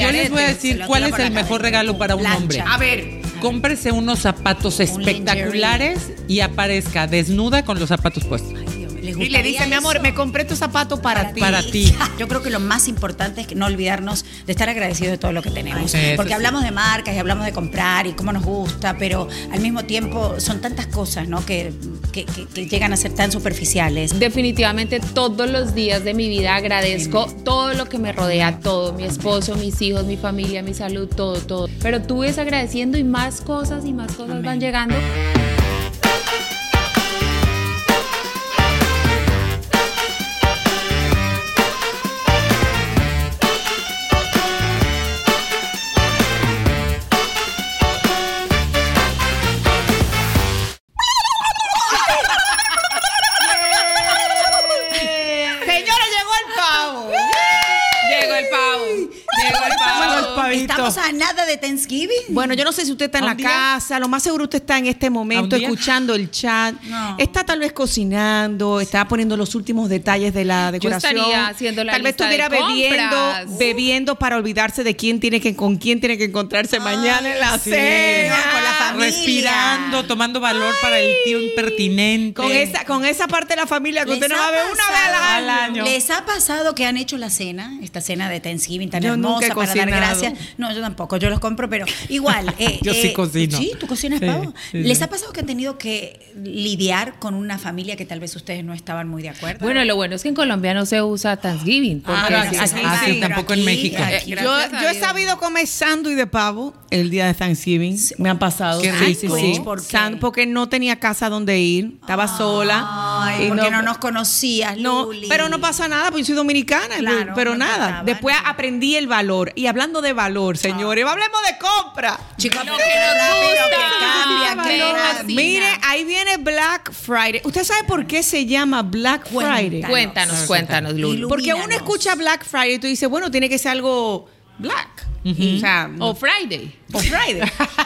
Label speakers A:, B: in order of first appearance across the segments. A: Yo les voy a decir cuál es el mejor regalo para un hombre.
B: A ver,
A: Cómprese unos zapatos espectaculares y aparezca desnuda con los zapatos puestos.
B: y le dice, mi amor, me compré tu zapato para ti.
A: Para ti.
C: Yo creo que lo más importante es que no olvidarnos de estar agradecidos de todo lo que tenemos.
A: Ay, sí, eso
C: Porque
A: sí.
C: hablamos de marcas y hablamos de comprar y cómo nos gusta, pero al mismo tiempo son tantas cosas ¿no? que, que- que- que llegan a ser tan superficiales.
D: Definitivamente todos los días de mi vida agradezco todo lo que me rodea, todo, mi esposo, mis hijos, mi familia, mi salud, todo, todo. Pero tú ves agradeciendo y más cosas y más cosas van llegando.
B: Señora, llegó el pavo.
D: Llegó el pavo. Llegó el
A: Vámonos, pavito.
C: ¿Estamos a nada de Thanksgiving?
E: Bueno, yo no sé si usted está en
A: ¿A
E: la
A: un día?
E: casa, lo más seguro usted está en este
A: ¿A
E: momento
A: un día?
E: escuchando el chat,
C: No.
E: está tal vez cocinando, está poniendo los últimos detalles de la decoración,
D: estaría haciendo la
E: tal vez
D: lista de
E: estuviera bebiendo,
D: compras.
E: bebiendo para olvidarse de quién tiene que con quién tiene que encontrarse mañana en la
A: sí.
E: cena,
C: No, con la familia.
A: Respirando, tomando valor para el tío impertinente.
E: con esa con esa parte de la familia que usted no va a ver una vez al año.
C: ¿Les ha pasado que han hecho la cena, esta cena de Thanksgiving tan
E: Yo
C: hermosa
E: nunca he
C: para dar
E: cocinado.
C: gracias? No, yo tampoco, yo los compro, pero igual. eh,
A: Yo sí
C: eh,
A: cocino.
C: Sí, tú cocinas,
A: Sí,
C: pavo.
A: sí,
C: ¿Les
A: sí.
C: ha pasado que han tenido que lidiar con una familia que tal vez ustedes no estaban muy de acuerdo?
D: Bueno, lo bueno es que en Colombia no se usa Thanksgiving. Porque
A: Ah, no,
D: sí.
A: así- así tampoco en México.
D: Eh,
E: Yo,
D: Gracias a
E: yo he
D: Dios.
E: sabido comer sándwich de pavo el día de Thanksgiving. Me han pasado.
A: Qué
E: Sí,
A: rico.
E: sí, sí.
C: ¿Por qué?
E: San- porque no tenía casa donde ir. Estaba sola.
C: Ay,
E: Y
C: porque no, nos conocías,
E: no,
C: Luli.
E: pero no pasa nada, porque yo soy dominicana.
C: Claro,
E: pero
C: no
E: nada.
C: pasaba
E: Después
C: nada.
E: aprendí el valor. Y hablando de valor, señores, hablemos de compra.
C: Chicos, pero
D: que
C: qué
D: nos
C: rápido
D: gusta.
C: que cambia, qué
D: Me
C: rápido.
D: fascina.
E: Mire, ahí viene Black Friday. ¿Usted sabe por qué se llama Black Friday?
C: Cuenta.
D: Cuéntanos, cuéntanos, Lulu.
C: Ilu-
E: Porque uno
C: Ilumínanos.
E: escucha Black Friday y tú dices, bueno, tiene que ser algo black. o, sea,
D: O Friday.
E: o Friday.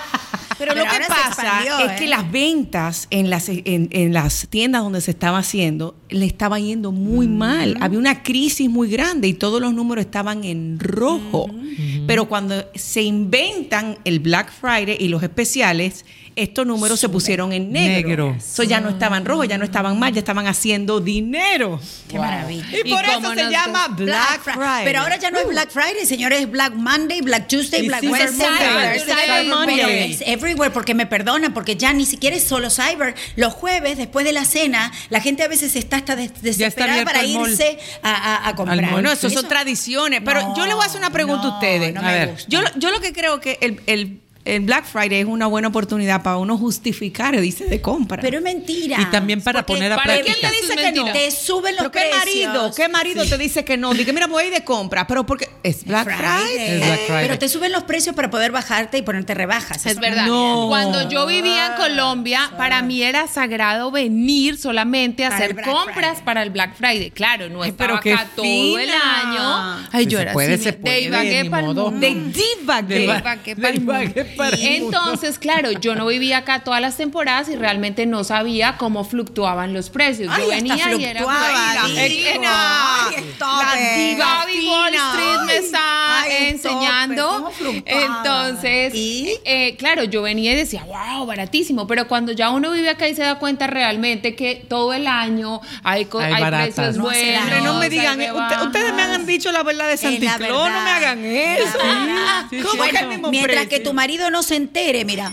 E: Pero, lo
C: Pero
E: que
C: ahora se
E: pasa
C: expandió,
E: es
C: ¿eh?
E: que las ventas en las, en, en las tiendas donde se estaba haciendo le estaba yendo muy
C: Mm.
E: mal. Había una crisis muy grande y todos los números estaban en rojo.
C: Mm.
E: Pero cuando se inventan el Black Friday y los especiales, estos números se pusieron en negro.
A: Negro.
E: So, ya no estaban rojos, ya no estaban mal, ya estaban haciendo dinero.
C: Qué maravilla.
E: Y,
D: ¿Y
E: por eso
D: cómo
E: se
D: nos-
E: llama Black
C: Fri-
E: Friday.
C: Pero ahora ya no es Black Friday, señores, es Black Monday, Black Tuesday,
A: Y
C: Black
A: sí, es
C: Wednesday,
A: Cyber,
C: Black Thursday,
D: Cyber
C: pero
A: Monday.
C: es everywhere porque me perdonan, porque ya ni siquiera es solo Cyber. Los jueves después de la cena, la gente a veces está hasta des- desesperada
A: abierto
C: para
A: el mall.
C: irse a, a- a comprar.
A: mall.
E: Bueno, eso son tradiciones. Pero
C: No,
E: yo le voy a hacer una pregunta
C: no,
E: a ustedes.
C: no
A: me A ver.
C: gusta.
E: Yo, lo- yo lo que creo que el, el- el Black Friday es una buena oportunidad para uno justificar, dice, de compra.
C: Pero es mentira.
A: Y también para
C: Porque
A: poner a
D: para-
A: práctica.
D: ¿quién te dice que no?
C: Te suben los
E: Pero qué
C: precios.
E: marido, qué marido te dice que no. Dice, mira, voy a ir de compra. Pero porque es Black Friday.
A: Es Black Friday.
C: Pero te suben los precios para poder bajarte y ponerte rebajas.
D: Es
C: Eso
D: verdad.
E: No.
D: Cuando yo vivía en Colombia, para mí era sagrado venir solamente a
C: Para el
D: hacer
C: Black
D: compras
C: Friday.
D: para el Black Friday. Claro, no
E: Ay,
D: estaba
E: pero qué
D: acá todo
E: fina.
D: el año.
A: Que se puede, se
D: de
A: puede,
D: Ibagué
A: ni
D: pa'l
A: modo.
D: mundo.
E: De diva
A: De
E: girl.
A: va-
D: Ibagué
A: de
D: pa'l mundo.
A: Ibagué pa'l
D: Entonces, claro, yo no vivía acá todas las temporadas y realmente no sabía cómo fluctuaban los precios.
C: Ay,
D: yo
C: hasta
D: venía y era
C: fluctuaba,
D: Ay, la
C: digo.
D: fina.
C: Ay, stopper.
D: La diva Gaby Wall
E: fina.
D: Street me está
C: Ay, ay, stopper,
D: enseñando.
C: ¿cómo fluctuaba?
D: Entonces,
C: ¿Y?
D: eh, claro, yo venía y decía, wow, baratísimo, pero cuando ya uno vive acá y se da cuenta realmente que todo el año hay, co-
A: Hay
D: hay
A: baratas.
D: precios
A: No,
D: buenos.
E: Hombre, no me
D: hay
E: digan, eh, usted-
D: rebajas.
E: ustedes me han dicho la verdad de
C: Es la
E: Santa Claus, no me
C: verdad.
E: hagan
C: Es
E: eso.
C: la verdad.
E: ¿Cómo que
C: Bueno,
E: el mismo
C: mientras
E: precio?
C: que tu marido no se entere, mira.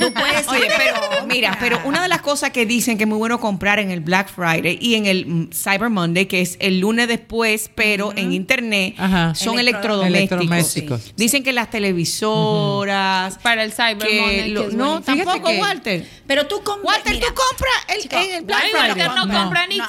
C: Tú puedes
E: Oye,
C: ir,
E: pero mira, pero una de las cosas que dicen que es muy bueno comprar en el Black Friday y en el mm, Cyber Monday, que es el lunes después, pero en internet,
A: Ajá.
E: son
C: Electro-
E: electrodomésticos.
A: Electrodomésticos.
E: Sí. Dicen que las televisoras.
D: Para el Cyber
E: que
D: Monday, que
E: lo-
D: es
E: no,
D: bueno.
E: tampoco,
D: Fíjate que-
E: Walter.
C: Pero tú compras.
E: Walter,
C: mira,
E: tú compras el,
C: chico,
E: en el Black
D: Ay,
E: Friday.
D: Walter no
A: No,
D: compra ni
C: no,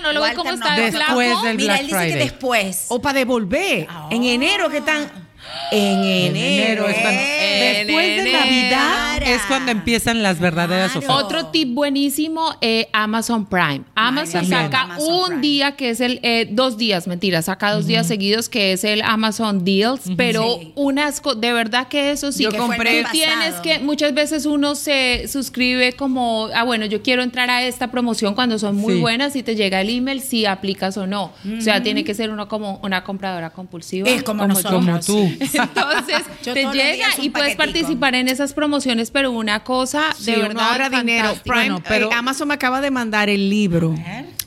C: nada.
D: no lo ve
C: Walter
D: cómo
C: no.
D: está de
A: Después
D: flaco.
A: del-
C: Mira,
A: Black
C: él dice que
A: Friday.
C: después.
E: O para devolver. En enero que están. En
A: En enero
E: enero.
A: es cuando-
D: En
A: después de
D: enero.
A: Navidad es cuando empiezan las verdaderas
C: ah, Claro.
A: ofertas.
D: Otro tip buenísimo, eh, Amazon Prime. Amazon
C: También.
D: saca
C: Amazon
D: un
C: Prime.
D: día que es el, eh, dos días, mentira, saca dos días seguidos que es el Amazon Deals, pero
C: Sí.
D: unas, co- de verdad que eso sí.
E: Yo
D: que
E: compré-
D: tú tienes
C: pasado.
D: que, muchas veces uno se suscribe como, ah, bueno, yo quiero entrar a esta promoción cuando son muy
A: Sí.
D: buenas y te llega el email si aplicas o no. O sea, tiene que ser uno como una compradora compulsiva.
C: Es como
D: yo.
C: nosotros.
A: Como tú.
D: Entonces,
C: Yo
D: te
C: todos los
D: llega
C: días un
D: y puedes
C: paquetico.
D: participar en esas promociones, pero una cosa
B: Sí,
D: de
B: uno
D: verdad.
B: ahorra dinero.
D: fantástica.
B: Prime,
A: Bueno, pero-
B: eh, Amazon me acaba de mandar el libro.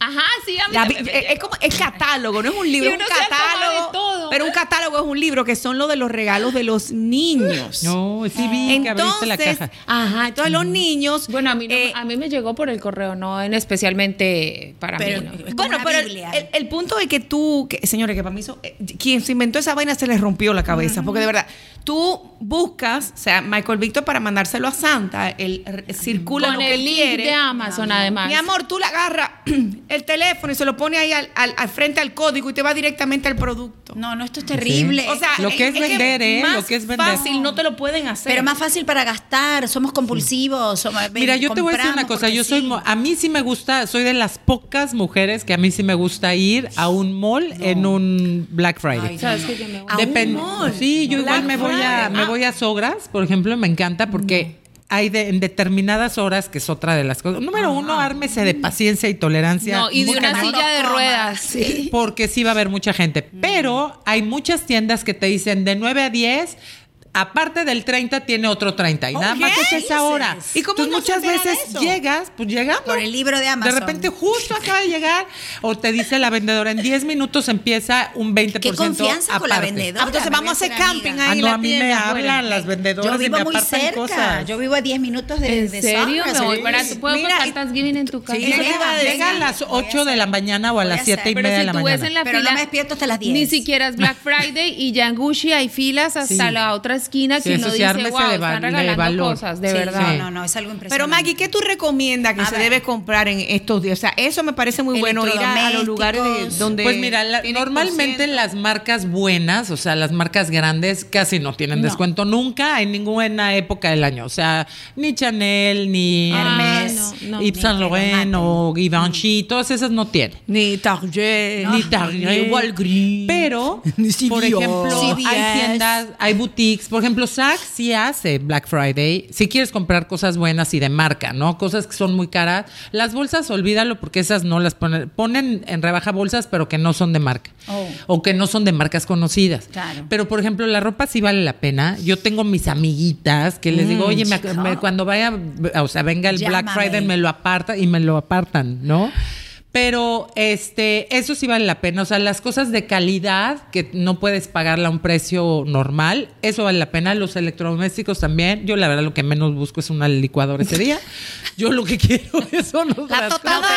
D: Ajá, sí, a mí
E: La vi- eh,
D: también.
E: es, es como es catálogo, no es un libro,
D: Y
E: es un
D: uno se antoja
E: catálogo.
D: de todo.
E: Pero un catálogo es un libro que son lo de los regalos de los niños.
A: No, sí vi que abriste la caja. Mm.
E: Ajá, entonces los niños.
D: Bueno, a mí, no-
E: eh,
D: a mí me llegó por el correo, no en especialmente para
C: Pero-
D: mí. ¿no?
C: Es como
E: bueno,
C: una
E: pero el-
C: Biblia.
E: el, el punto es que tú, que- señores, que para mí, eso- eh, quien se inventó esa vaina se les rompió la cabeza, porque de verdad, tú buscas, o sea, Michael Victor para mandárselo a Santa, él eh, circula
D: Con
E: lo que
D: el link
E: quiere.
D: de Amazon, además.
E: Mi amor, tú le agarras el teléfono y se lo pone ahí al, al- al frente al código y te va directamente al producto.
C: No, no, esto es terrible.
E: O sea,
A: Lo que es vender, ¿eh?
E: más
A: Lo que es vender.
E: fácil no te lo pueden hacer.
C: pero más fácil para gastar, somos compulsivos. somos-
A: Mira, yo te voy a decir una
C: compramos
A: cosa,
C: porque
A: yo soy,
C: sí.
A: mo- a mí sí me gusta, soy de las pocas mujeres que a mí sí me gusta ir a un mall en un Black Friday.
D: Sabes que yo me voy.
C: ¿A un
A: Depen-
C: mall?
A: Sí, yo
C: Black
A: igual me voy a
C: Friday.
A: me
C: Ah. Mm.
A: voy a Sogras, por ejemplo, me encanta porque hay de- en determinadas horas que es otra de las cosas. Número uno, ármese de paciencia y tolerancia.
D: No, y de
A: muy
D: una
A: cañón,
D: silla de
C: Toma.
D: ruedas. Sí.
A: porque sí va a haber mucha gente, pero hay muchas tiendas que te dicen de 9 a 10 Aparte del 30 tiene otro 30 y nada
C: ¿qué
A: más es
C: dices?
A: esa hora.
E: ¿Y cómo
A: Entonces,
E: no se
A: muchas
E: entera de
A: veces
E: eso?
A: llegas, pues llegamos.
C: Por el libro de
A: De
C: Amazon.
A: repente justo acaba de llegar o te dice la vendedora en 10 minutos empieza un 20%.
C: Qué confianza con la
A: aparte.
C: vendedora.
E: Ah, entonces
C: me
E: vamos a
C: voy ser
E: hacer camping
C: amiga.
E: ahí
A: Ah,
E: en
A: no,
E: la
A: a mí me
E: tienda.
A: hablan las vendedoras
C: Yo
A: y me
C: vivo muy
A: apartan
C: cerca.
A: cosas.
C: Yo vivo a 10 minutos de,
D: ¿En
C: de
D: serio?
C: Sara,
D: Me voy
C: sí.
D: para tu pueblo
E: Mira,
D: pasar Thanksgiving en tu casa.
E: Sí, eso te iba a decir.
A: Llega a las 8 de la mañana o a
C: Voy a
A: las 7 y
C: hacer.
A: media
D: Pero
A: de
D: si
A: la
D: tú ves
A: mañana.
D: en la
C: Pero no
D: fila,
C: me despierto hasta las 10.
D: Ni siquiera es Black Friday y ya en Gucci hay filas hasta
A: Sí.
D: la otra esquina
A: Sí,
D: que
A: eso
D: uno
A: sí,
D: dice,
A: ármese
D: wow,
A: de va-
D: están
A: de
D: regalando
A: valor".
D: cosas, de
C: Sí, No,
D: verdad.
C: no, no, es algo impresionante.
E: Pero Maggie, ¿qué tú recomiendas que
C: A
E: se
C: ver.
E: debe comprar en estos días? O sea, eso me parece muy bueno ir a, a los lugares de-
C: Electrodomésticos.
E: donde
A: Pues mira, la-
E: tienen
A: normalmente
E: por ciento.
A: las marcas buenas, o sea, las marcas grandes casi no tienen
C: No.
A: descuento nunca en ninguna época del año. O sea, ni Chanel, ni
D: Ah,
A: Hermes,
D: no, no.
A: Yves Saint
C: Ni que lo
A: Laurent
C: maten.
A: o Givenchy, todas esas no tienen.
E: ni Target,
A: Ni Target,
E: ni Walgreens,
A: Pero,
E: ni CVS.
A: por ejemplo, hay
C: CVS.
A: tiendas, hay boutiques. Por ejemplo, Saks sí hace Black Friday. Si quieres comprar cosas buenas y de marca, ¿no? Cosas que son muy caras. Las bolsas, olvídalo porque esas no las ponen. Ponen en rebaja bolsas, pero que no son de marca.
C: Oh.
A: O que no son de marcas conocidas.
C: Claro.
A: Pero, por ejemplo, la ropa sí vale la pena. Yo tengo mis amiguitas que les digo, oye, me ac- me- cuando vaya, o sea, venga el Black
C: Llámame.
A: Friday, me lo aparta y me lo apartan, ¿no? Pero este, eso sí vale la pena. O sea, las cosas de calidad que no puedes pagarla a un precio normal, eso vale la pena. Los electrodomésticos también. Yo la verdad lo que menos busco es una licuadora ese día. Yo lo que quiero son los
C: La
A: las-
C: totadora.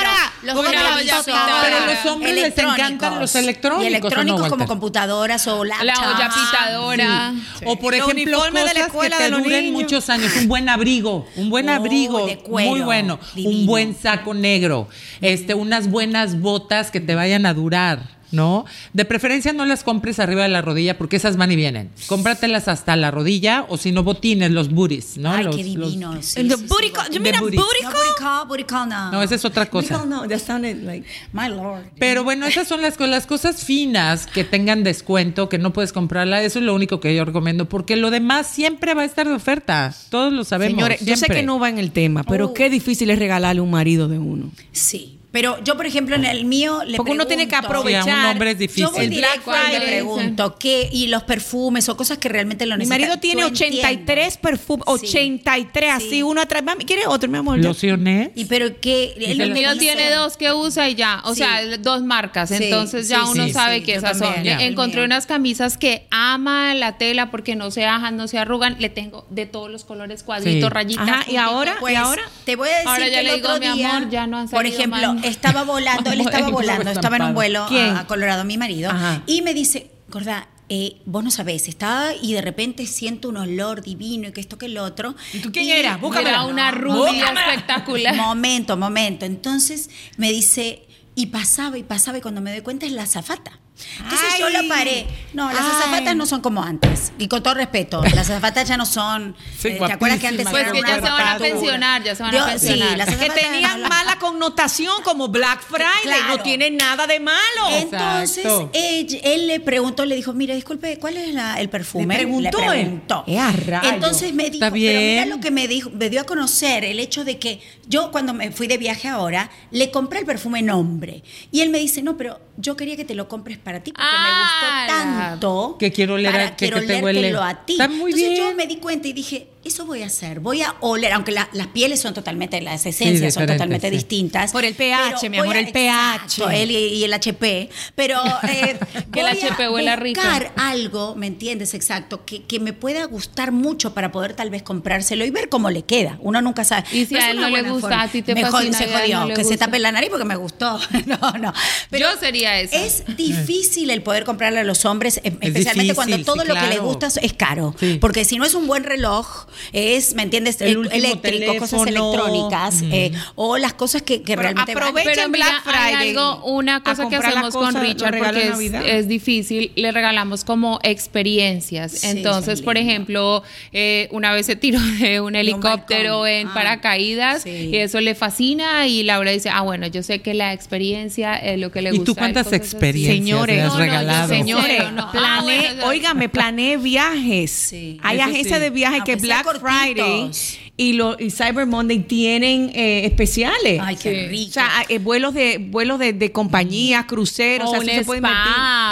D: pero-
C: Los
D: Una
C: hombres
D: olla pitadora.
A: Pero los hombres les encantan los electrónicos,
C: Y
A: ¿o no,
C: electrónicos como
A: Walter?
C: computadoras o laptops.
D: La olla pitadora.
A: O por
E: El
A: ejemplo,
E: uniforme de la
A: cosas
E: escuela
A: que
E: de
A: te
E: los
A: duren
E: niños.
A: muchos años. Un buen abrigo, un buen
C: Oh,
A: abrigo,
C: de cuero,
A: muy bueno. Un
C: divino.
A: buen saco negro, este, unas buenas botas que te vayan a durar. ¿No? De preferencia no las compres arriba de la rodilla porque esas van y vienen. Cómpratelas hasta la rodilla o si no botines, los booties, ¿no?
C: Ay,
A: Los-
C: qué
A: los-
C: divino. sí,
E: El de
C: sí, sí,
E: booty
C: guau.
E: call. Yo
A: De
E: mira,
A: booty.
E: booty
C: No,
E: call.
C: booty call, booty call, no.
A: No, esa es otra
E: Booty
A: cosa.
E: call, no, that sounded like-
C: My lord.
A: Pero bueno, esas son las, co- las cosas finas que tengan descuento, que no puedes comprarla. Eso es lo único que yo recomiendo, porque lo demás siempre va a estar de oferta. Todos lo sabemos.
E: Señores, yo sé
A: siempre.
E: que no va en el tema, pero
C: Oh.
E: qué difícil es regalarle un marido de uno.
C: Sí. Pero yo, por ejemplo, en el mío le
E: Porque uno tiene que
C: pregunto-
E: aprovechar.
A: Sí, a un hombre es difícil.
C: Yo voy
A: El
C: directo
D: Black
C: y le
D: Friday,
C: pregunto qué y los perfumes o cosas que realmente lo
E: Mi
C: necesitan.
E: marido tiene
C: Yo
E: 83
C: entiendo.
E: perfumes,
C: Sí.
E: 83,
C: Sí.
E: así uno atrás. Mami, ¿quieres otro, mi amor?
A: Lo sioné.
C: Y pero qué él
D: El
C: no
D: mío
C: hizo.
D: tiene dos que usa y ya, o
C: Sí.
D: sea, dos marcas,
C: Sí,
D: entonces
C: sí,
D: ya
C: sí,
D: uno
C: sí,
D: sabe
C: sí,
D: que
C: yo
D: esas son.
C: también.
D: Yo Encontré
C: Bien.
D: unas camisas que ama la tela porque no se ajan, no se arrugan, le tengo de todos los colores, cuadritos,
A: Sí.
D: rayitas.
E: Ajá, y
D: puntitos.
E: ahora,
C: Pues,
E: y ahora.
C: te voy a decir
D: Ahora ya
C: que el
D: le digo,
C: otro
D: mi
C: día,
D: amor, ya no han
C: por
D: salido
C: ejemplo,
D: más.
C: estaba volando, él estaba
A: Ay, qué
C: volando, estaba en un
A: estampado.
C: vuelo
E: ¿Quién?
C: a, a Colorado, mi marido,
E: Ajá.
C: y me dice, gorda, eh, vos no sabés, estaba y de repente siento un olor divino y que esto que el otro.
E: ¿Y tú quién eras? Búscamela.
D: Era una rubia
E: Búscamela.
D: espectacular.
C: Momento, momento. Entonces me dice, y pasaba y pasaba, y cuando me doy cuenta es la azafata. Entonces yo la
E: Ay.
C: paré. No, las
E: Ay.
C: azafatas no son como antes. Y con todo respeto, las azafatas ya no son.
A: Sí,
C: eh, ¿Te acuerdas que antes
A: guapísimas,
D: Pues
C: eran
D: que ya
C: una
D: se van a
A: barbacoa.
D: pensionar, ya se van a
C: Dios, sí,
D: pensionar.
C: las
E: que
C: azafatas
E: tenían
C: eran-
E: mala connotación como Black Friday,
C: Claro.
E: no tiene nada de malo.
A: Exacto.
C: Entonces ella- él le preguntó, le dijo, mire, disculpe, ¿cuál es la- el perfume?
E: Le preguntó él.
C: preguntó.
E: ¡Eh, a rayo!
C: Entonces me dijo,
A: Está
C: pero mira
A: bien.
C: lo que me dijo, me dio a conocer el hecho de que yo cuando me fui de viaje ahora, le compré el perfume nombre. Y él me dice, no, pero yo quería que te lo compres para ti porque
D: Ah,
C: me gustó tanto.
A: Que quiero oler a-
C: para-
A: que- que
C: quiero
A: te huele.
C: olértelo a ti.
A: Está muy
C: Entonces yo
A: bien.
C: me di cuenta y dije, eso voy a hacer, voy a oler, aunque la- las pieles son totalmente, las esencias son
A: diferentes,
C: totalmente
A: sí.
C: distintas.
E: Por el pH,
C: pero
E: mi amor,
C: voy a-
E: el pH.
C: Exacto, él y, y el HP, pero eh,
D: Que el
C: voy
D: HP
C: a
D: huela rico.
C: buscar algo, ¿me entiendes? Exacto, que, que me pueda gustar mucho para poder tal vez comprárselo y ver cómo le queda. Uno nunca sabe.
D: Y si
C: Pero
D: a
C: es
D: él
C: una
D: no le
C: buena
D: gusta, a ti te
C: Mejor
D: fascina,
C: se
D: y a él
C: jodió,
D: no le
C: que se
D: gusta.
C: tape la nariz porque me gustó. No, no.
D: Yo sería esa.
C: Es difícil el poder comprarle a los hombres, em-
A: Es
C: especialmente cuando
A: difícil,
C: todo
A: sí,
C: lo que le
A: claro.
C: gusta es caro.
A: Sí.
C: Porque si no es un buen reloj, es, ¿me entiendes?
A: El
C: El-
A: último
C: eléctrico, cosas
A: teléfono. Mm.
C: electrónicas eh, o las cosas que, que
E: Pero
C: realmente van.
E: aprovecha
D: Pero
E: en
D: mira,
E: Black Friday
D: hay algo, una
E: a
D: cosa que
E: comprar las
D: hacemos
E: cosas,
D: con
E: los
D: Richard
E: regalos de
D: porque es,
E: Navidad.
D: es difícil, le regalamos como experiencias.
C: Sí,
D: Entonces,
C: son
D: por
C: lindas.
D: ejemplo, eh, una vez se tiró de un helicóptero
C: balcón.
D: en
C: Ah,
D: paracaídas
C: sí.
D: y eso le fascina y Laura dice, ah, bueno, yo sé que la experiencia es lo que le
A: ¿Y
D: gusta.
A: tú cuántas
D: cosas así".
A: experiencias
E: Señores,
A: le has
D: No, no, yo
A: regalado?
D: sé, señor.
E: Señores,
D: Pero no.
E: planeé,
D: Ah, bueno,
E: óigame, planeé viajes.
C: Sí.
E: Hay
A: Eso
E: agencias
A: sí.
E: de viajes
C: Aunque
E: que
C: sea
E: Black Friday
C: cortitos.
E: y, lo, y Cyber Monday tienen eh, especiales.
C: Ay, qué
D: Sí.
C: rico. Mm.
E: o sea, eh, vuelos de vuelos de, de compañías, cruceros,
D: O
E: o sea,
D: un
E: sí se puede
D: spa,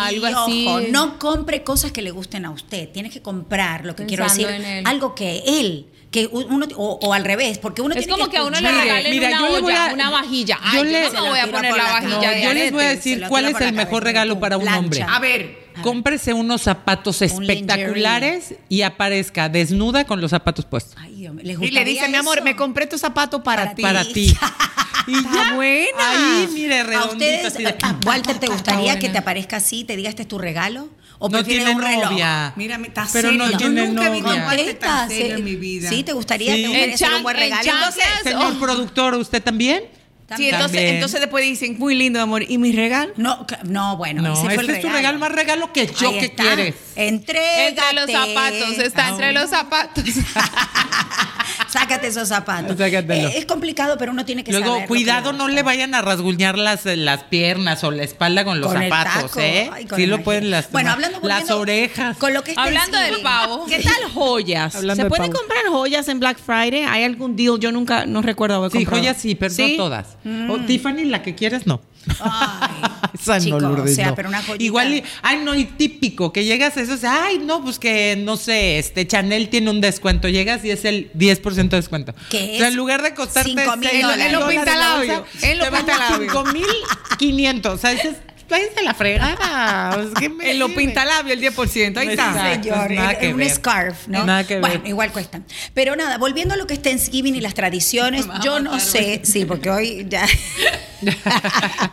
E: invertir.
D: algo
C: Y,
D: así.
C: ojo, no compre cosas que le gusten a usted. Tienes que comprar, lo que quiero
D: Pensando
C: decir,
D: en él.
C: algo que él, que u- uno, o, o al revés, porque uno
D: Es
C: tiene
D: como que a uno le
C: escuchar.
D: regalen
A: mira,
D: una
A: yo le voy
D: olla,
A: a-
D: una vajilla. Ay,
A: yo
D: yo,
A: le-
D: no me voy
C: Se
D: a
C: la
D: poner
C: tira por
D: la
C: la
D: vajilla
A: No,
C: cara.
D: de
A: yo les
D: arete.
A: voy a
C: arete, se
A: decir
C: lo
A: cuál
C: tira
A: es
C: por la
A: el mejor
C: cabeza,
A: regalo
C: tú,
A: para un
C: plancha.
A: hombre.
C: A
E: ver.
A: Cómprese unos zapatos
C: Un lingerie.
A: espectaculares y aparezca desnuda con los zapatos puestos.
C: Ay, Dios mío, ¿les
E: Y le
C: gustaría
E: dice, mi amor,
C: eso?
E: me compré estos zapatos para,
C: Para
E: ti.
A: Para ti. Y
E: Está
A: ya.
E: buena.
A: Ahí, mire,
C: A
A: redondito.
C: ustedes,
A: así de-
C: a Walter, ¿te gustaría
D: buena.
C: que te aparezca así y te diga este es tu regalo? ¿O
A: no
C: prefieres
A: tiene
C: un reloj?
A: novia.
E: Mírame, está
A: Pero no
E: serio. Yo
A: tiene
E: nunca vi
A: novia.
E: compa- Walter tan
C: Contesta,
E: serio
C: sí.
E: en mi vida.
C: Sí, ¿te gustaría?
A: Sí.
C: ¿Te
D: En
C: gustaría ser
D: chan-
C: un buen
D: en
C: regalo?
D: chanclas,
C: Entonces,
A: Señor
D: Oh.
A: productor, ¿usted también?
E: Sí, entonces,
A: También.
E: entonces después dicen, muy lindo, amor. Y mi regalo.
C: no, cl- no, bueno,
A: No,
C: ese fue
A: este
C: el
A: es tu regalo más regalo que yo
C: Ahí
A: que
C: está.
A: quieres.
D: Entre
C: Entrégate.
D: los zapatos, está entre los zapatos.
C: Sácate esos zapatos.
A: Sácatelo.
C: Eh, es complicado, pero uno tiene que
A: Luego,
C: saber lo que
A: cuidado,
C: le
A: no
C: gusta.
A: le vayan a rasguñar las, eh, las piernas o la espalda con los
C: Con el
A: zapatos,
C: taco.
A: ¿eh?
C: Ay, con
A: sí
C: el
A: lo
C: ají.
A: pueden lastimar.
C: Bueno, hablando
A: Las
C: volviendo-
A: orejas.
C: Con lo que es
D: Hablando
C: Thanksgiving.
D: del pavo.
E: ¿Qué tal joyas?
A: Hablando
E: ¿Se
A: de
E: pueden
A: pavo.
E: comprar joyas en Black Friday? ¿Hay algún deal? Yo nunca, no recuerdo haber
A: Sí,
E: comprado.
A: joyas sí, pero no todas.
C: Mm.
A: O Tiffany, la que quieras, no.
C: Ay,
A: Esa no,
C: chico,
A: Lourdes,
C: o sea,
A: no.
C: pero una joyita.
A: Igual, y- ay, no, y típico, que llegas a eso, o sea, ay, no, pues que, no sé, este, Chanel tiene un descuento, llegas y es el 10% de descuento.
C: ¿Qué
A: O sea,
C: es?
A: en lugar de costarte
C: Cinco mil
A: seis
C: dólares. Él lo
A: dólares
E: pinta
A: la
E: labio,
A: bolsa,
E: él lo
A: te va
E: pinta
A: a
E: labio.
A: 5,500, o sea, dices, váyanse a la fregada. pues, ¿qué me
E: En lo
A: sirve?
E: pintalabio, el 10%. Ahí está.
A: Exacto,
C: Ah, Señor,
A: es nada
C: en-
A: que
C: en un
A: ver.
C: scarf, ¿no?
A: Nada que
C: bueno,
A: ver.
C: igual cuesta. Pero nada, volviendo a lo que es Thanksgiving y las tradiciones, yo no sé, sí, porque hoy ya.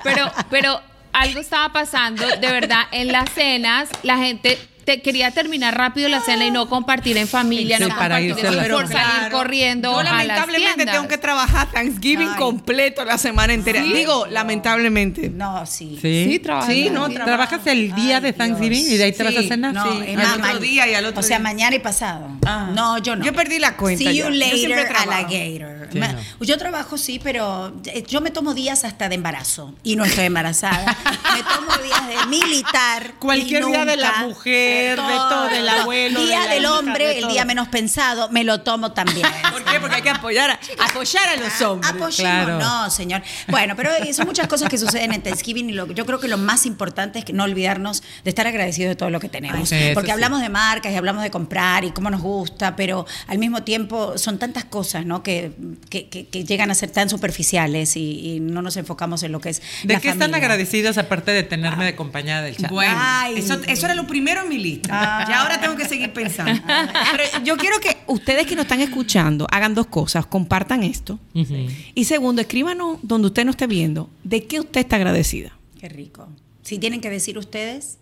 D: pero, pero algo estaba pasando, de verdad, en las cenas, la gente te quería terminar rápido la cena y no compartir en familia,
A: Sí,
D: no
A: para
D: compartir
A: irse a la
D: por
A: cena.
D: salir corriendo
E: Yo
D: a las
E: lamentablemente
D: tiendas.
E: tengo que trabajar Thanksgiving
C: Ay.
E: completo la semana entera. Digo, lamentablemente.
C: No, sí.
D: Sí, trabajas.
A: Sí, no,
D: Sí.
A: trabajas el día
C: Ay,
A: de
C: Dios.
A: Thanksgiving y de ahí te vas a
E: Sí,
A: cenar.
C: No,
A: Sí. Ah,
C: es
E: al
C: más,
E: otro
C: ma-
E: día y al otro
C: Ah, O sea,
E: día.
C: mañana y pasado.
E: Ah.
C: No, yo no.
E: Yo perdí la cuenta
C: See you
E: ya. Yo siempre
C: later
E: trabajo.
C: alligator.
A: Sí,
C: Ma-
A: no.
C: Yo trabajo, sí, pero eh, yo me tomo días hasta de embarazo. Y no estoy embarazada. me tomo días de militar.
A: Cualquier
C: y
A: día de
C: nunca.
A: la mujer, de todo, del abuelo,
C: Día
A: de la
C: del
A: hija,
C: hombre,
A: de
C: el
A: todo.
C: día menos pensado, me lo tomo también.
E: ¿Por qué? Porque hay que apoyar a, apoyar a los
A: Ah,
E: hombres.
C: Apoyemos,
A: claro.
C: no, señor. Bueno, pero eh, son muchas cosas que suceden en Thanksgiving y lo- yo creo que lo más importante es que no olvidarnos de estar agradecidos de todo lo que tenemos.
A: Sí, eso
C: Porque
A: sí.
C: hablamos de marcas y hablamos de comprar y cómo nos gusta, pero al mismo tiempo son tantas cosas, ¿no? Que, que- que- que llegan a ser tan superficiales y, y no nos enfocamos en lo que es.
A: ¿De
C: la
A: qué están
C: familia.
A: agradecidas aparte de tenerme de compañía del chat?
E: Bueno,
C: Ay.
E: eso, eso era lo primero en mi lista.
A: Ah.
E: Ya ahora tengo que seguir pensando. Pero yo quiero que ustedes que nos están escuchando hagan dos cosas. Compartan esto.
A: Ujú.
E: Y segundo, escríbanos donde usted no esté viendo, ¿de qué usted está agradecida?
C: Qué rico. Si tienen que decir ustedes.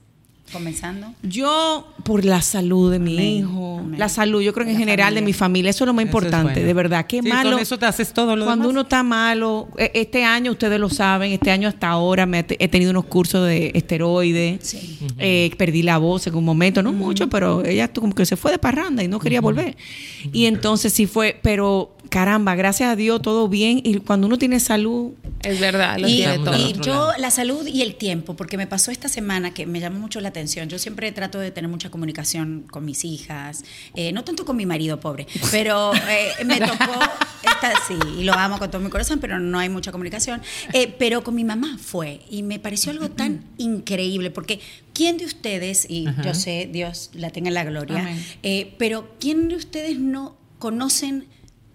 C: Comenzando.
E: Yo, por la salud de mi
C: Amén,
E: hijo,
C: amén.
E: la salud, yo creo en
C: La
E: general de
C: familia.
E: mi familia, eso es lo más
A: Eso es
E: importante,
A: bueno.
E: de verdad. Qué
A: Sí,
E: malo.
A: con eso te haces todo lo
E: Cuando
A: demás.
E: uno está malo, e- este año, ustedes lo saben, este año hasta ahora me he te- he tenido unos cursos de esteroides.
C: Sí.
E: Eh, perdí la voz en un momento, no mucho, pero ella tu- como que se fue de parranda y no quería volver. Y entonces sí fue, pero caramba, gracias a Dios todo bien. Y cuando uno tiene salud,
D: Es verdad, lo
C: Y,
D: tiene
A: Estamos
D: todo.
A: del
C: y
A: otro
C: yo,
A: lado.
C: la salud y el tiempo, porque me pasó esta semana que me llamó mucho la atención. Yo siempre trato de tener mucha comunicación con mis hijas, eh, no tanto con mi marido, pobre, pero eh, me tocó, esta, sí, y lo amo con todo mi corazón, pero no hay mucha comunicación. Eh, pero con mi mamá fue, y me pareció algo tan
D: Mm.
C: increíble, porque ¿quién de ustedes, y yo sé, Dios la tenga en la gloria,
B: Amén.
C: eh, pero ¿quién de ustedes no conocen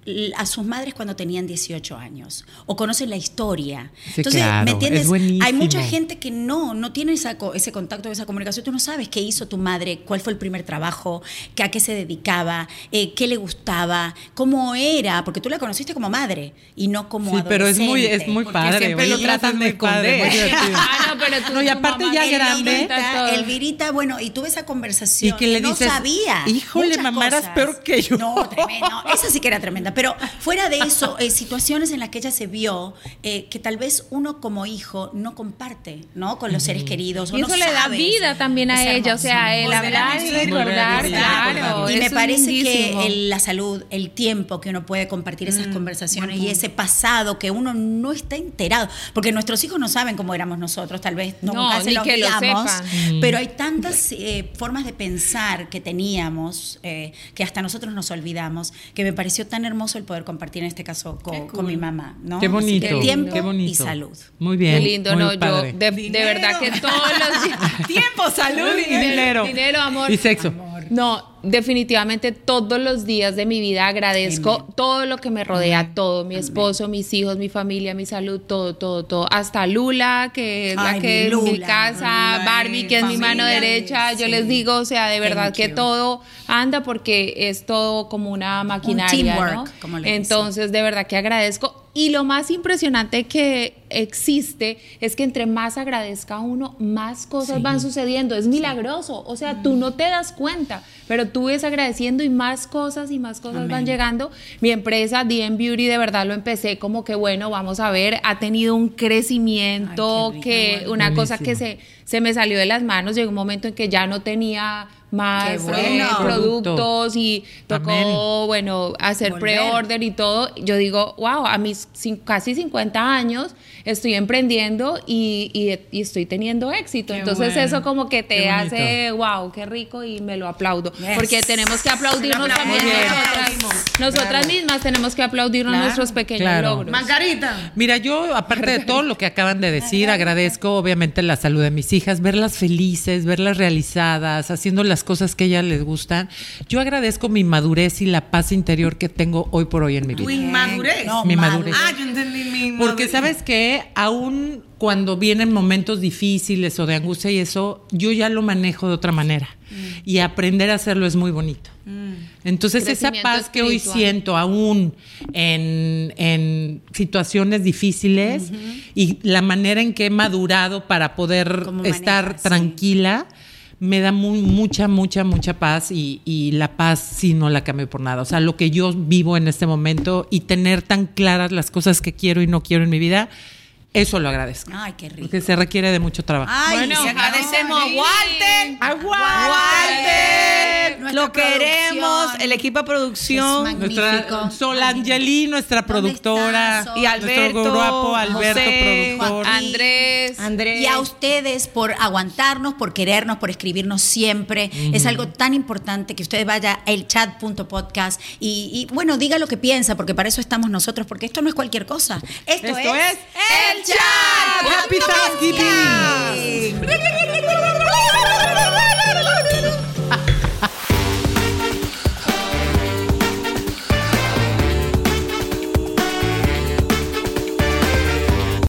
C: l- a sus madres cuando tenían 18 años o conocen la historia.
A: Sí,
C: Entonces,
A: claro,
C: ¿me
A: es
C: entiendes? Hay mucha
A: buenísimo.
C: gente que no, no tiene esa co- ese contacto, esa comunicación. Tú no sabes qué hizo tu madre, cuál fue el primer trabajo, que, a qué se dedicaba, eh, qué le gustaba, cómo era, porque tú la conociste como madre y no como
A: Sí, pero es muy, es
C: adolescente.
A: muy padre.
E: siempre lo
A: oye,
E: tratan
A: es
E: de
A: muy padre,
E: esconder.
A: muy divertido.
D: Ah, no, pero tú
A: No, y
D: tu
A: aparte
D: mamá
A: ya
D: te
A: grande.
D: cuenta todo.
C: Elvirita, Elvirita, bueno, y tuve esa conversación.
A: Y que le
C: no
A: dices,
C: sabía.
A: "Híjole,
C: muchas
A: mamá, eras
C: cosas".
A: peor que yo.
C: No, tremendo. Esa sí que era tremenda. Pero fuera de eso, eh, situaciones en las que ella se vio eh, que tal vez uno como hijo no comparte, ¿no? Con los seres queridos. o
D: Y
C: no
D: eso le da
C: sabes.
D: vida también a
C: Es
D: ella, o sea, el
C: hermoso.
A: Volver a
D: hablar y
A: vivir, volver a
D: recordar,
A: vivir,
D: claro.
A: recordar.
C: Y
D: eso
C: me
D: es
C: parece
D: lindísimo. Mm,
C: que el- la salud, el tiempo que uno puede compartir esas conversaciones y ese pasado que uno no está enterado, porque nuestros hijos no saben cómo éramos nosotros, tal vez no,
D: No,
C: nunca se
D: ni
C: los
D: que lo
C: digamos,
D: sepan.
A: Mm.
C: pero hay tantas eh, formas de pensar que teníamos eh, que hasta nosotros nos olvidamos, que me pareció tan hermoso el poder compartir en este caso co- con, mi mamá, ¿no?
A: Qué
C: Así que
A: bonito.
C: tiempo
A: qué bonito.
C: y salud.
A: Muy bien.
D: Qué lindo,
A: muy
D: no, yo
A: padre.
D: de, de verdad que todos los días.
E: tiempo, salud
A: y dinero.
D: Dinero, amor.
A: Y sexo.
D: No, definitivamente todos los días de mi vida agradezco todo lo que me rodea, todo, mi esposo, mis hijos, mi familia, mi salud, todo, todo, todo. Hasta Lula, que es la
C: Ay,
D: que
C: mi
D: es mi
C: Lula,
D: casa,
B: Lula,
D: Barbie, que es mi
B: familia,
D: mano derecha, yo
C: sí.
D: les digo, o sea, de verdad
C: Thank
D: que
C: you.
D: todo anda porque es todo como una maquinaria, ¿no?
C: teamwork, como le dicen.
D: Entonces, entonces, de verdad que agradezco. Y lo más impresionante que existe es que entre más agradezca uno, más cosas van sucediendo. Es milagroso. O sea, tú no te das cuenta, pero tú ves agradeciendo y más cosas y más cosas van llegando. Mi empresa, DM Beauty, de verdad lo empecé como que, bueno, vamos a ver, ha tenido un crecimiento,
C: Ay, qué
D: que
C: rico.
D: una cosa que se, se me salió de las manos. Llegó un momento en que ya no tenía más
C: Qué
D: eh,
C: bueno.
D: productos y tocó,
A: Amén.
D: bueno, hacer
C: Volver.
D: pre-order Twitter y todo, yo digo, wow, a mis cin- casi 50 años estoy emprendiendo y, y- y estoy teniendo éxito.
B: Qué
D: Entonces
B: bueno.
D: eso como que te
A: Qué bonito.
D: hace, wow, qué rico y me lo aplaudo.
C: Yes.
D: Porque tenemos que aplaudirnos
B: Bravo,
D: también
A: muy bien.
D: nosotras. Nosotras mismas tenemos que aplaudirnos
B: Claro.
D: nuestros pequeños
A: Claro.
D: logros.
B: Margarita.
A: Mira, yo, aparte de todo lo que acaban de decir, agradezco obviamente la salud de mis hijas, verlas felices, verlas realizadas, haciendo las cosas que a ellas les gustan. Yo agradezco mi madurez y la paz interior que tengo hoy por hoy en mi vida.
E: Tu inmadurez.
C: No,
A: Mi
C: madre.
A: madurez.
E: Ah, yo entendí mi
A: Porque
E: inmadurez.
A: sabes que aún cuando vienen momentos difíciles o de angustia y eso, yo ya lo manejo de otra manera.
C: Mm.
A: Y aprender a hacerlo es muy bonito. Entonces esa
D: Crecimiento
A: paz que hoy
D: espiritual.
A: siento aún en, en situaciones difíciles y la manera en que he madurado para poder
C: Cómo
A: estar
C: manejas, sí.
A: tranquila. Me da muy, mucha, mucha, mucha paz y, y la paz sí no la cambio por nada. O sea, lo que yo vivo en este momento y tener tan claras las cosas que quiero y no quiero en mi vida, eso lo agradezco.
C: Ay, Ah, qué Ah, rico.
A: Porque se requiere de mucho trabajo.
E: Ay,
D: Bueno,
E: si agradecemos a
D: Carolina.
E: Walter.
A: ¡A
E: Walter.
C: Nuestra
E: Lo queremos.
C: producción.
E: El equipo de
C: Es
E: producción.
C: magnífico.
A: Nuestra Sol Angeli, nuestra
C: ¿Dónde está
A: productora.
C: Sol?
E: Y Alberto,
A: Nuestro guapo Alberto,
E: José,
A: productor.
C: Joaquín.
D: Andrés.
E: Andrés.
C: Y a ustedes por aguantarnos, por querernos, por escribirnos siempre. Es algo tan importante que ustedes vaya a elchat.podcast y, y bueno, diga lo que piensa, porque para eso estamos nosotros, porque esto no es cualquier cosa. Esto,
A: Esto es
C: El Chat.
A: Happy Thanksgiving.
C: Thanksgiving.